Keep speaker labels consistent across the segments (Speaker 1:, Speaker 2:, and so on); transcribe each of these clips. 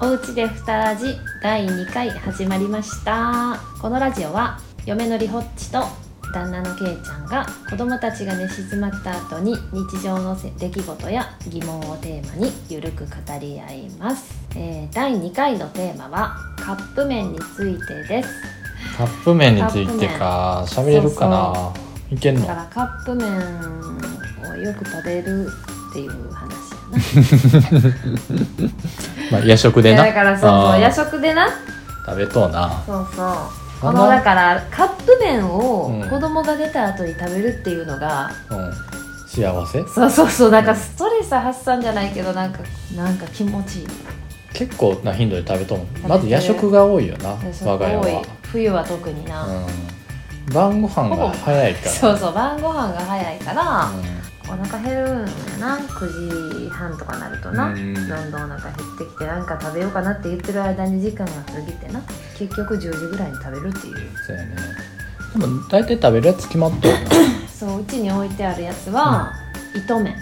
Speaker 1: おうちでふたラジ第2回始まりましたこのラジオは嫁のりほっちと旦那のけいちゃんが子供たちが寝静まった後に日常のせ出来事や疑問をテーマにゆるく語り合います、えー第2回のテーマはカップ麺についてです
Speaker 2: カップ麺についてか喋れるかなそういけん
Speaker 1: だ
Speaker 2: の
Speaker 1: からカップ麺をよく食べるっていう話やな
Speaker 2: まあ、夜食で
Speaker 1: いや
Speaker 2: な
Speaker 1: だからそうそ
Speaker 2: あ
Speaker 1: う
Speaker 2: ー
Speaker 1: 夜食でな
Speaker 2: 食べとうな
Speaker 1: そうそうこ
Speaker 2: あん
Speaker 1: の
Speaker 2: ま
Speaker 1: だからカップ麺を
Speaker 2: うん
Speaker 1: 子供が出た後に食べるっていうのが、
Speaker 2: うん幸せ
Speaker 1: そうそうそうなんかストレス発散じゃないけどなんかなんか気持ちいい
Speaker 2: 結構な頻度で食べとん
Speaker 1: る
Speaker 2: まず夜食が多いよな
Speaker 1: 夜食
Speaker 2: 我が家
Speaker 1: 多い
Speaker 2: は、
Speaker 1: 冬は特にな、
Speaker 2: うん、晩ご飯が早いから
Speaker 1: そうそう晩ご飯が早いから、
Speaker 2: う
Speaker 1: お腹減るんやな9時半とかなるとな、
Speaker 2: うん
Speaker 1: どんどんお腹減ってきてなんか食べようかなって言ってる間に時間が過ぎてな結局10時ぐらいに食べるっていうん
Speaker 2: そうやねでも大体食べるやつ決まっとるな
Speaker 1: そううちに置いてあるやつは、糸麺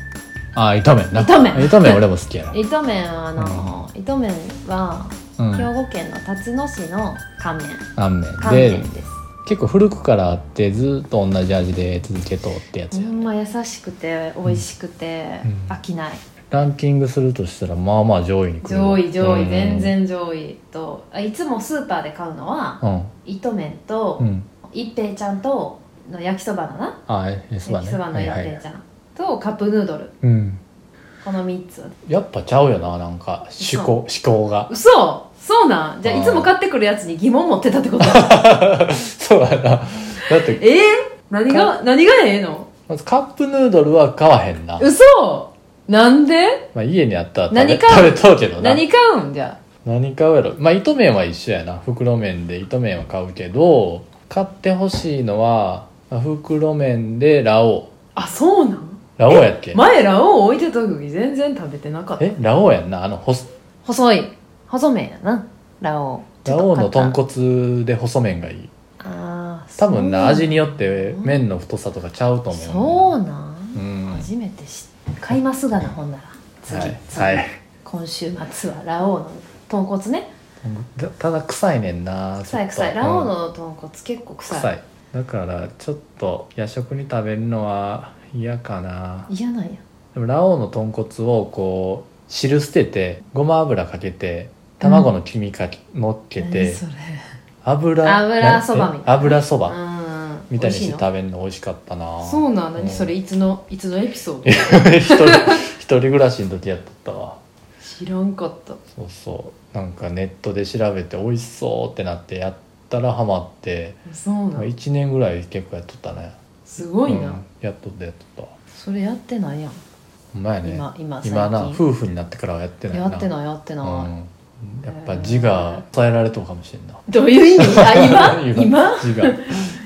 Speaker 2: あー炒めんな
Speaker 1: 炒めん
Speaker 2: 炒めん俺も好きやな、
Speaker 1: 糸麺はあの、糸麺は
Speaker 2: うん、
Speaker 1: 兵庫県の辰野市の乾麺
Speaker 2: 乾麺
Speaker 1: 乾
Speaker 2: で
Speaker 1: 麺です
Speaker 2: 結構古くからあってずっと同じ味で続けとうってやつ
Speaker 1: ほ
Speaker 2: やね
Speaker 1: んま優しくて美味しくて、
Speaker 2: うん
Speaker 1: 飽きない
Speaker 2: ランキングするとしたらまあまあ上位に来る
Speaker 1: 上位上位、
Speaker 2: うん
Speaker 1: 全然上位とあいつもスーパーで買うのは
Speaker 2: うん
Speaker 1: 糸麺と
Speaker 2: うん
Speaker 1: 一平ちゃんとの焼きそばのな
Speaker 2: あえそば
Speaker 1: 焼
Speaker 2: ね
Speaker 1: きそばの
Speaker 2: はい
Speaker 1: 一
Speaker 2: は
Speaker 1: 平
Speaker 2: い
Speaker 1: ちゃんとカップヌードル
Speaker 2: うん
Speaker 1: この3つ
Speaker 2: やっぱちゃうよななんか思考思考が
Speaker 1: 嘘そうなんじゃあ
Speaker 2: あー
Speaker 1: いつも買ってくるやつに疑問持ってたってこと
Speaker 2: そうやなだって
Speaker 1: えー、何が何がええの
Speaker 2: まずカップヌードルは買わへんな、
Speaker 1: 嘘なんで
Speaker 2: まあ、家にあったら食べ
Speaker 1: 何買う
Speaker 2: 食べとうけどな
Speaker 1: 何買うんじゃ
Speaker 2: 何買うやろまあ糸麺は一緒やな袋麺で糸麺は買うけど買ってほしいのは、まあ、袋麺でラオウ
Speaker 1: あそうなん
Speaker 2: ラオウやっけ
Speaker 1: 前ラオウ置いてた時全然食べてなかった
Speaker 2: えラオウやんなあの細
Speaker 1: 細い細麺やなラオウ
Speaker 2: ラオウの豚骨で細麺がいい
Speaker 1: あー
Speaker 2: 多分な
Speaker 1: そう
Speaker 2: 味によって麺の太さとかちゃうと思う
Speaker 1: そうなん、
Speaker 2: うん
Speaker 1: 初めて知っ買いますがなほんなら次、
Speaker 2: はい
Speaker 1: 次
Speaker 2: はい
Speaker 1: 今週末はラオウの豚骨ね
Speaker 2: たただ臭いねんな
Speaker 1: 臭い
Speaker 2: ちょっ
Speaker 1: 臭
Speaker 2: と
Speaker 1: いラオウ
Speaker 2: うん
Speaker 1: の豚骨結構臭い,、
Speaker 2: 臭いだからちょっと夜食に食べるのは嫌かな
Speaker 1: 嫌なんや
Speaker 2: でもラオウの豚骨をこう汁捨ててごま油かけて卵の黄身かけ、のっけ
Speaker 1: 何
Speaker 2: て
Speaker 1: それ
Speaker 2: 油
Speaker 1: 油そばみたいな
Speaker 2: え油そば
Speaker 1: うん
Speaker 2: みたいにして
Speaker 1: 美味し
Speaker 2: 食べるの美味しかったな
Speaker 1: のそうなん
Speaker 2: うん
Speaker 1: 何それいつのいつのエピソード
Speaker 2: 一人一人暮らしの時やっとったわ
Speaker 1: 知らんかった
Speaker 2: そうそうなんかネットで調べて美味しそうってなってやったらハマって
Speaker 1: そうなん
Speaker 2: 1年ぐらい結構やっとったね
Speaker 1: すごいな、
Speaker 2: うんやっとったやっとった
Speaker 1: それやってないやん
Speaker 2: ほんまやね
Speaker 1: 今今最近
Speaker 2: 今な夫婦になってからはやってないな
Speaker 1: やってないやってない、
Speaker 2: うんやっぱ自我伝えられとるかもしれんな
Speaker 1: どういう意味 あ今今
Speaker 2: 自我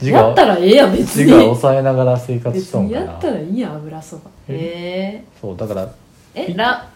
Speaker 2: 自
Speaker 1: やった
Speaker 2: 我
Speaker 1: らええやん別
Speaker 2: 自我を
Speaker 1: に
Speaker 2: 抑えながら生活し
Speaker 1: 別
Speaker 2: とん
Speaker 1: に
Speaker 2: か
Speaker 1: やった
Speaker 2: な
Speaker 1: らいいやん油そばへえ
Speaker 2: そうだから
Speaker 1: え
Speaker 2: い
Speaker 1: ラ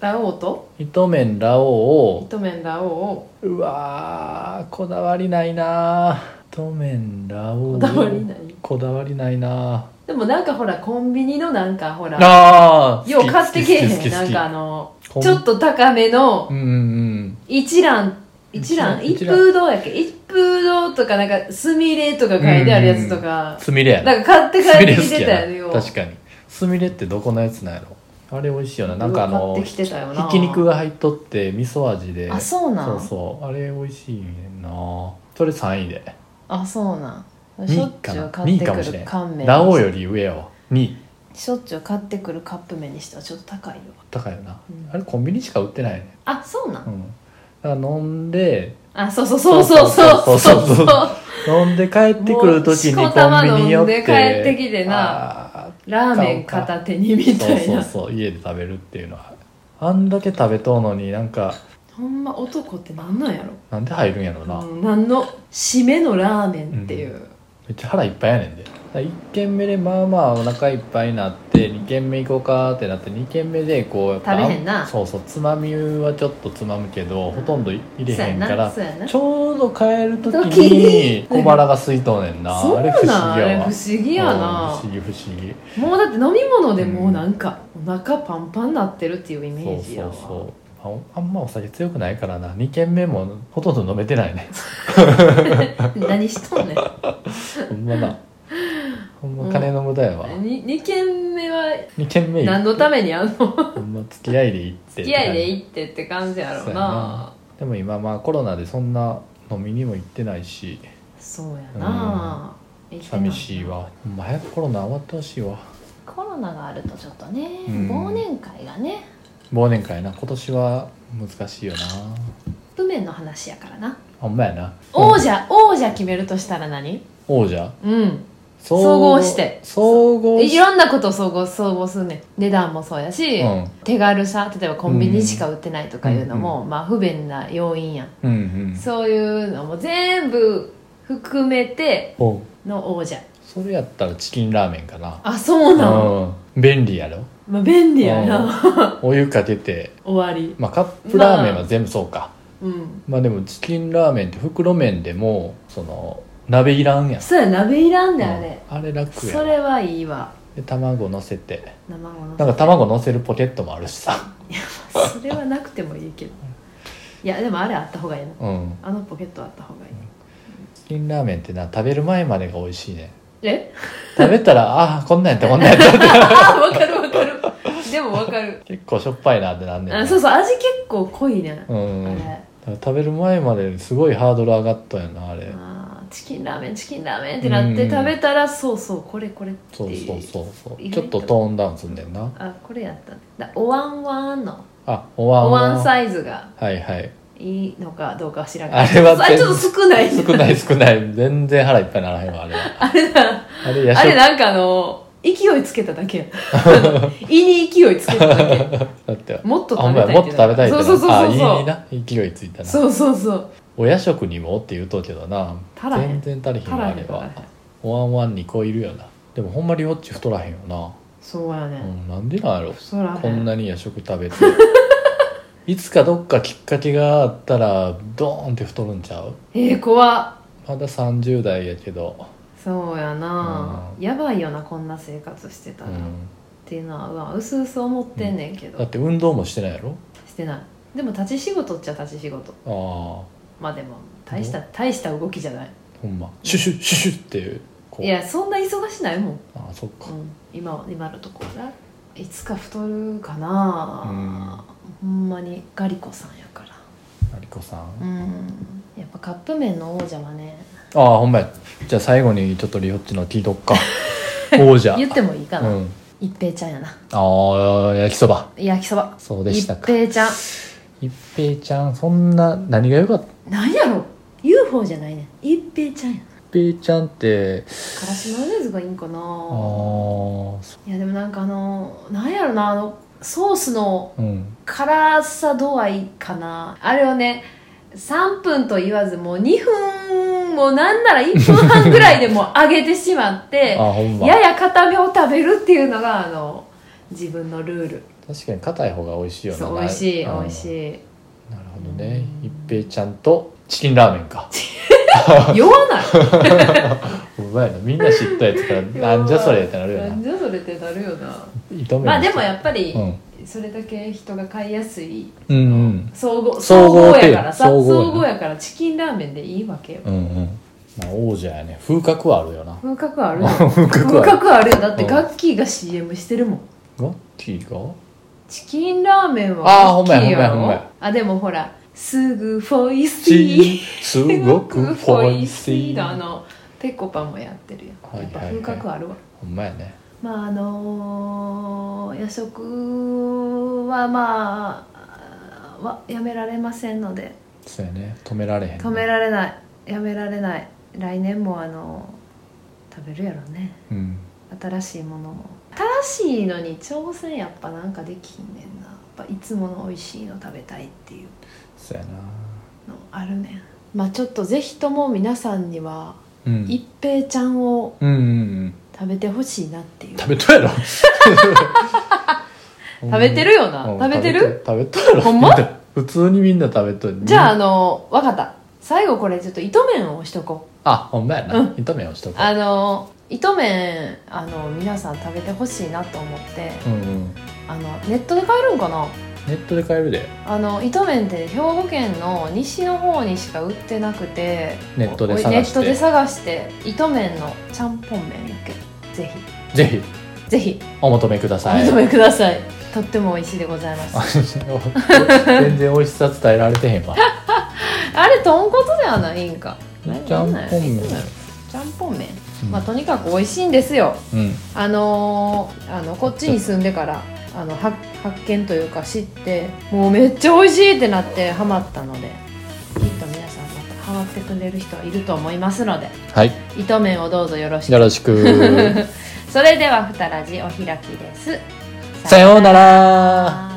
Speaker 1: ラオウと
Speaker 2: 糸麺ラオウを
Speaker 1: 糸麺ラオウを
Speaker 2: うわーこだわりないな糸麺ラオ
Speaker 1: こ
Speaker 2: ウ
Speaker 1: だわりない
Speaker 2: こだわりないな
Speaker 1: でもなんかほらコンビニのなんかほら
Speaker 2: あ
Speaker 1: よう買ってけえへんなんかあのちょっと高めの
Speaker 2: うんうん
Speaker 1: 一蘭一蘭一
Speaker 2: 一蘭
Speaker 1: 風堂やっけ一風堂とかなんかすみれとか書いてあるやつと
Speaker 2: うん
Speaker 1: か
Speaker 2: すみれやな
Speaker 1: なんか買って
Speaker 2: す
Speaker 1: 帰
Speaker 2: み
Speaker 1: っ
Speaker 2: れ
Speaker 1: て
Speaker 2: 好
Speaker 1: き
Speaker 2: き
Speaker 1: てた
Speaker 2: や
Speaker 1: よ
Speaker 2: な確かにすみれってどこのやつなんやろあれ美味しいよななんかあの
Speaker 1: 買ってきてたよな
Speaker 2: ひき肉が入っとって味噌味で
Speaker 1: あそうなん
Speaker 2: そうそうあれ美味しいねんなそれ3位で
Speaker 1: あそうなんしょっ
Speaker 2: 2
Speaker 1: ち
Speaker 2: 位か
Speaker 1: ゅう
Speaker 2: な
Speaker 1: 買
Speaker 2: 2
Speaker 1: っ
Speaker 2: 位
Speaker 1: て
Speaker 2: か
Speaker 1: く
Speaker 2: もしれ
Speaker 1: る乾
Speaker 2: ん
Speaker 1: 麺
Speaker 2: ラオウより上よ2位
Speaker 1: しょっちゅう買ってくるカップ麺にしてはちょっと高いよ
Speaker 2: 高いよな、
Speaker 1: うん
Speaker 2: あれコンビニしか売ってないね
Speaker 1: あそうなん
Speaker 2: うんだから飲んで
Speaker 1: あそうそうそうそうそうそう
Speaker 2: そうそうそう
Speaker 1: そう
Speaker 2: 飲んで帰ってくる時にコ
Speaker 1: もうしこたま
Speaker 2: ンビニ寄っ
Speaker 1: 飲
Speaker 2: て
Speaker 1: んで帰ってきてな
Speaker 2: あー
Speaker 1: ラーメン片手にみた
Speaker 2: そう
Speaker 1: い
Speaker 2: そう
Speaker 1: な
Speaker 2: そう家で食べるっていうのはあんだけ食べとうのになんか
Speaker 1: ほんま男ってなんなんやろ
Speaker 2: なんで入るんやろうな、
Speaker 1: うんなんの締めのラーメンっていう、
Speaker 2: めっちゃ腹いっぱいやねんで1軒目でまあまあお腹いっぱいになって2軒目行こうかってなって2軒目でこうやっぱ
Speaker 1: 食べへんな
Speaker 2: そうそうつまみはちょっとつまむけどほとんど入れ
Speaker 1: そう
Speaker 2: へ
Speaker 1: や
Speaker 2: んから
Speaker 1: なそうやな
Speaker 2: ちょうど帰る時
Speaker 1: 時
Speaker 2: に
Speaker 1: に
Speaker 2: 小腹が空いとうねんな
Speaker 1: そうな
Speaker 2: あ
Speaker 1: ん
Speaker 2: れ不思議
Speaker 1: あれ
Speaker 2: やわ
Speaker 1: 不思議やな
Speaker 2: うん不思議不思議
Speaker 1: もうだって飲み物でもうなんかお腹パンパンなってるっていうイメ
Speaker 2: そう
Speaker 1: ージや
Speaker 2: そ
Speaker 1: わ
Speaker 2: うそうあおあんまお酒強くないからな2軒目もほとんど飲めてないね
Speaker 1: 何しとん ねん
Speaker 2: ほんまなほんま金の無駄やわ、
Speaker 1: に2軒目は
Speaker 2: 二2軒目行
Speaker 1: 何のためにあんの
Speaker 2: ほんま付き合いで行って
Speaker 1: 付き合いで
Speaker 2: っ
Speaker 1: 行ってって感じやろ
Speaker 2: そううやな
Speaker 1: な
Speaker 2: てでも今まあコロナでそんな飲みにも行ってないし
Speaker 1: そうやな、行けない
Speaker 2: 寂しいわほんま早くコロナ終わってほしいわ
Speaker 1: コロナがあるとちょっとね、
Speaker 2: うん
Speaker 1: 忘年会がね
Speaker 2: 忘年会な今年は難しいよな
Speaker 1: 不面の話やからな
Speaker 2: ほんまやな
Speaker 1: 王者、王者決めるとしたら何
Speaker 2: 王者
Speaker 1: うん
Speaker 2: 総
Speaker 1: 総合して
Speaker 2: 総合
Speaker 1: い
Speaker 2: し
Speaker 1: ろんなことを総合総合するねん値段もそうやし、
Speaker 2: うん
Speaker 1: 手軽さ例えばコンビニしか売ってないとかいうのも、まあ不便な要因やん
Speaker 2: うんうん
Speaker 1: そういうのも全部含めて
Speaker 2: おう
Speaker 1: の王者
Speaker 2: それやったらチキンラーメンかな
Speaker 1: あそうなの、
Speaker 2: うん便利やろ
Speaker 1: まあ、便利やな
Speaker 2: お湯かけて
Speaker 1: 終わり
Speaker 2: まあカップラーメンは全部そうか
Speaker 1: うん
Speaker 2: まあでもチキンラーメンって袋麺でもその鍋いらんやん
Speaker 1: そうや鍋いらんだよね、
Speaker 2: うんあれ楽や
Speaker 1: それはいいわ
Speaker 2: で卵乗せて
Speaker 1: 生もの
Speaker 2: なんか卵乗せるポケットもあるしさ
Speaker 1: それはなくてもいいけどいやでもあれあった方がいいな
Speaker 2: うん
Speaker 1: あのポケットあった方がいい
Speaker 2: チキンラーメンってな食べる前までが美味しいね
Speaker 1: え
Speaker 2: 食べたらああこんなんやったこんなんやったって
Speaker 1: あわかるわかるでもわかる
Speaker 2: 結構しょっぱいなってなんねんな
Speaker 1: あそうそう味結構濃いね、
Speaker 2: うん
Speaker 1: あ
Speaker 2: だ
Speaker 1: れ
Speaker 2: から食べる前まですごいハードル上がったよなあれ
Speaker 1: あーチキンラーメンチキンラーメンってなっ
Speaker 2: う
Speaker 1: て
Speaker 2: ん
Speaker 1: 食べたらそうそうこれこれって
Speaker 2: そう
Speaker 1: いう
Speaker 2: そうそうそう
Speaker 1: 意
Speaker 2: ちょ
Speaker 1: 外
Speaker 2: っ
Speaker 1: と
Speaker 2: とトーンダウンすんねんな
Speaker 1: あこれやっただおわんわんの
Speaker 2: あおわん
Speaker 1: おわん
Speaker 2: は
Speaker 1: サイズが
Speaker 2: はいはい
Speaker 1: いいのかどうかは知らん
Speaker 2: あれは全
Speaker 1: ちょっと少ない
Speaker 2: 少ない少ない全然腹いっぱいならへんわあれは
Speaker 1: あれだ
Speaker 2: あれや
Speaker 1: あ
Speaker 2: しょ
Speaker 1: れなんかあの勢いつけただけや 胃に勢いつけただけ
Speaker 2: だって
Speaker 1: もっと
Speaker 2: あほ
Speaker 1: 食べ
Speaker 2: んまや
Speaker 1: たい
Speaker 2: もっと食べたいって
Speaker 1: そ
Speaker 2: な
Speaker 1: うそうそう
Speaker 2: あ
Speaker 1: そう
Speaker 2: いい
Speaker 1: そう
Speaker 2: な勢いついたな
Speaker 1: そうそうそう
Speaker 2: お夜食にもって言うとうけどな
Speaker 1: 足らへん
Speaker 2: 全然足りへんわあれ
Speaker 1: 足らへん
Speaker 2: は
Speaker 1: 足らへん
Speaker 2: おわんわんにこういるよなでもほんまりオッチ太らへんよ
Speaker 1: そうや
Speaker 2: な、
Speaker 1: ね、
Speaker 2: うん、なんでなんやろ
Speaker 1: そらね
Speaker 2: こんなに夜食食べて いつかどっかきっかけがあったらドーンって太るんちゃう
Speaker 1: えー、怖っ
Speaker 2: まだ30代やけど、
Speaker 1: そうやな、
Speaker 2: う
Speaker 1: やばいよなこんな生活してた
Speaker 2: う
Speaker 1: ら、っ
Speaker 2: ん、
Speaker 1: ていうのはうわうすうす思ってんねんけど、
Speaker 2: だって運動もしてないやろ
Speaker 1: してないでも立ち仕事っちゃ立ち仕事
Speaker 2: あ
Speaker 1: まあでも大した大した動きじゃない
Speaker 2: あほんまシュシュシュシュっていうこう
Speaker 1: いやそんな忙しないもん、うん、
Speaker 2: ああそっか、
Speaker 1: 今は今のところないつか太るかな、ほんまにガリコさんやから
Speaker 2: 有子さん、
Speaker 1: う
Speaker 2: あ
Speaker 1: んやっぱカップ麺の王者はね
Speaker 2: あほんまやじゃあ最後にちょっとリオッチの聞いとっ か王者
Speaker 1: 言ってもいいかな、
Speaker 2: うん
Speaker 1: 一平ちゃんやな
Speaker 2: ああ焼きそば
Speaker 1: 焼きそば
Speaker 2: そうでし
Speaker 1: 一
Speaker 2: たか
Speaker 1: 平ちゃん
Speaker 2: 一平ちゃんそんな何が良かった
Speaker 1: なんやろ UFO じゃないねん一平ちゃんやな
Speaker 2: 一平ちゃんって
Speaker 1: からしマヨネーズがいいんかな
Speaker 2: ああそ
Speaker 1: いやでもなんかあのなんやろなあのソースの
Speaker 2: うん
Speaker 1: 辛さ度合いかなあれをね3分と言わずもう2分もうなんなら1分半ぐらいでもう揚げてしまって
Speaker 2: あほんま
Speaker 1: やや固めを食べるっていうのがあの自分のルール
Speaker 2: 確かに硬い方が美味しいよな
Speaker 1: そう美味しい美
Speaker 2: うん
Speaker 1: 味しい
Speaker 2: なるほどね一平ちゃんとチキンラーメンか
Speaker 1: 酔わ ない
Speaker 2: うまいなみんな知ったやつ からなんじゃそれってなるよ
Speaker 1: な
Speaker 2: なん
Speaker 1: じゃそれってなるよな
Speaker 2: 糸目
Speaker 1: まあでもやっぱり
Speaker 2: うん
Speaker 1: それだけ人が買いやすい
Speaker 2: うんうん
Speaker 1: 総合
Speaker 2: 総
Speaker 1: 総
Speaker 2: 合
Speaker 1: 合
Speaker 2: 店
Speaker 1: やからさ
Speaker 2: 総合やな
Speaker 1: 総合やからチキンラーメンでいいわけよ
Speaker 2: うんうんまあ王者やね風格はあるよな
Speaker 1: 風格 あるよ
Speaker 2: 風格
Speaker 1: 風
Speaker 2: はある
Speaker 1: 格あるよだって
Speaker 2: うん
Speaker 1: ガッキーが CM してるもん
Speaker 2: ガッキーが
Speaker 1: チキンラーメン
Speaker 2: あー
Speaker 1: は大
Speaker 2: ほんまや
Speaker 1: きいやろ
Speaker 2: ほんまやほんまや
Speaker 1: あでもほらすぐフォイシー
Speaker 2: チーすごくフォイシー
Speaker 1: のあのペコパもやってるよ
Speaker 2: はい
Speaker 1: や
Speaker 2: は
Speaker 1: っ
Speaker 2: い
Speaker 1: ぱ
Speaker 2: はい
Speaker 1: 風格あるわ、
Speaker 2: ほんまやね
Speaker 1: まああのー、夜食はまあはやめられませんので
Speaker 2: そうやね止められへんね
Speaker 1: 止められないやめられない来年もあの食べるやろね
Speaker 2: うん
Speaker 1: 新しいものも新しいのに挑戦やっぱなんかできんねんなやっぱいつもの美味しいの食べたいっていう
Speaker 2: そうやな
Speaker 1: のあるねんまあちょっとぜひとも皆さんには
Speaker 2: うん
Speaker 1: 一平ちゃんを
Speaker 2: うんうんうん
Speaker 1: 食べてほしいなっていう
Speaker 2: 食べとやろ
Speaker 1: 食べてるよな
Speaker 2: うん
Speaker 1: 食べてる
Speaker 2: 食べとやろ
Speaker 1: ほんま
Speaker 2: 普通にみんな食べとる
Speaker 1: じゃああのわかった最後これちょっと糸麺を押しとこう
Speaker 2: あほんまやな、
Speaker 1: うん
Speaker 2: 炒めをしとこ
Speaker 1: あの糸麺あの皆さん食べてほしいなと思って
Speaker 2: ううんうん
Speaker 1: あのネットで買えるんかな
Speaker 2: ネットで買えるで
Speaker 1: あの糸麺って兵庫県の西の方にしか売ってなくて
Speaker 2: ネットで
Speaker 1: お
Speaker 2: 探して
Speaker 1: ネットで探して糸麺のちゃんぽん麺だっけぜ
Speaker 2: ぜひ
Speaker 1: ひぜひ
Speaker 2: お求めくだ
Speaker 1: お
Speaker 2: さい
Speaker 1: 求めください、とっても美味しいでございます
Speaker 2: 全然美味しさ伝えられて へんわ
Speaker 1: あれ豚骨ではないんかな
Speaker 2: ちゃんぽん
Speaker 1: な
Speaker 2: 麺
Speaker 1: いつなのちゃんぽん麺、
Speaker 2: うん
Speaker 1: まあとにかく美味しいんですよ
Speaker 2: うん
Speaker 1: あのーあのこっちに住んでからあの発発見というか知ってもうめっちゃ美味しいってなってハマったのできっと皆さんまたハマってくれる人はいると思いますので
Speaker 2: はい
Speaker 1: 糸麺をどうぞよろしく
Speaker 2: よろしく
Speaker 1: それでは「ふたらじ」お開きです
Speaker 2: さようなら
Speaker 1: ら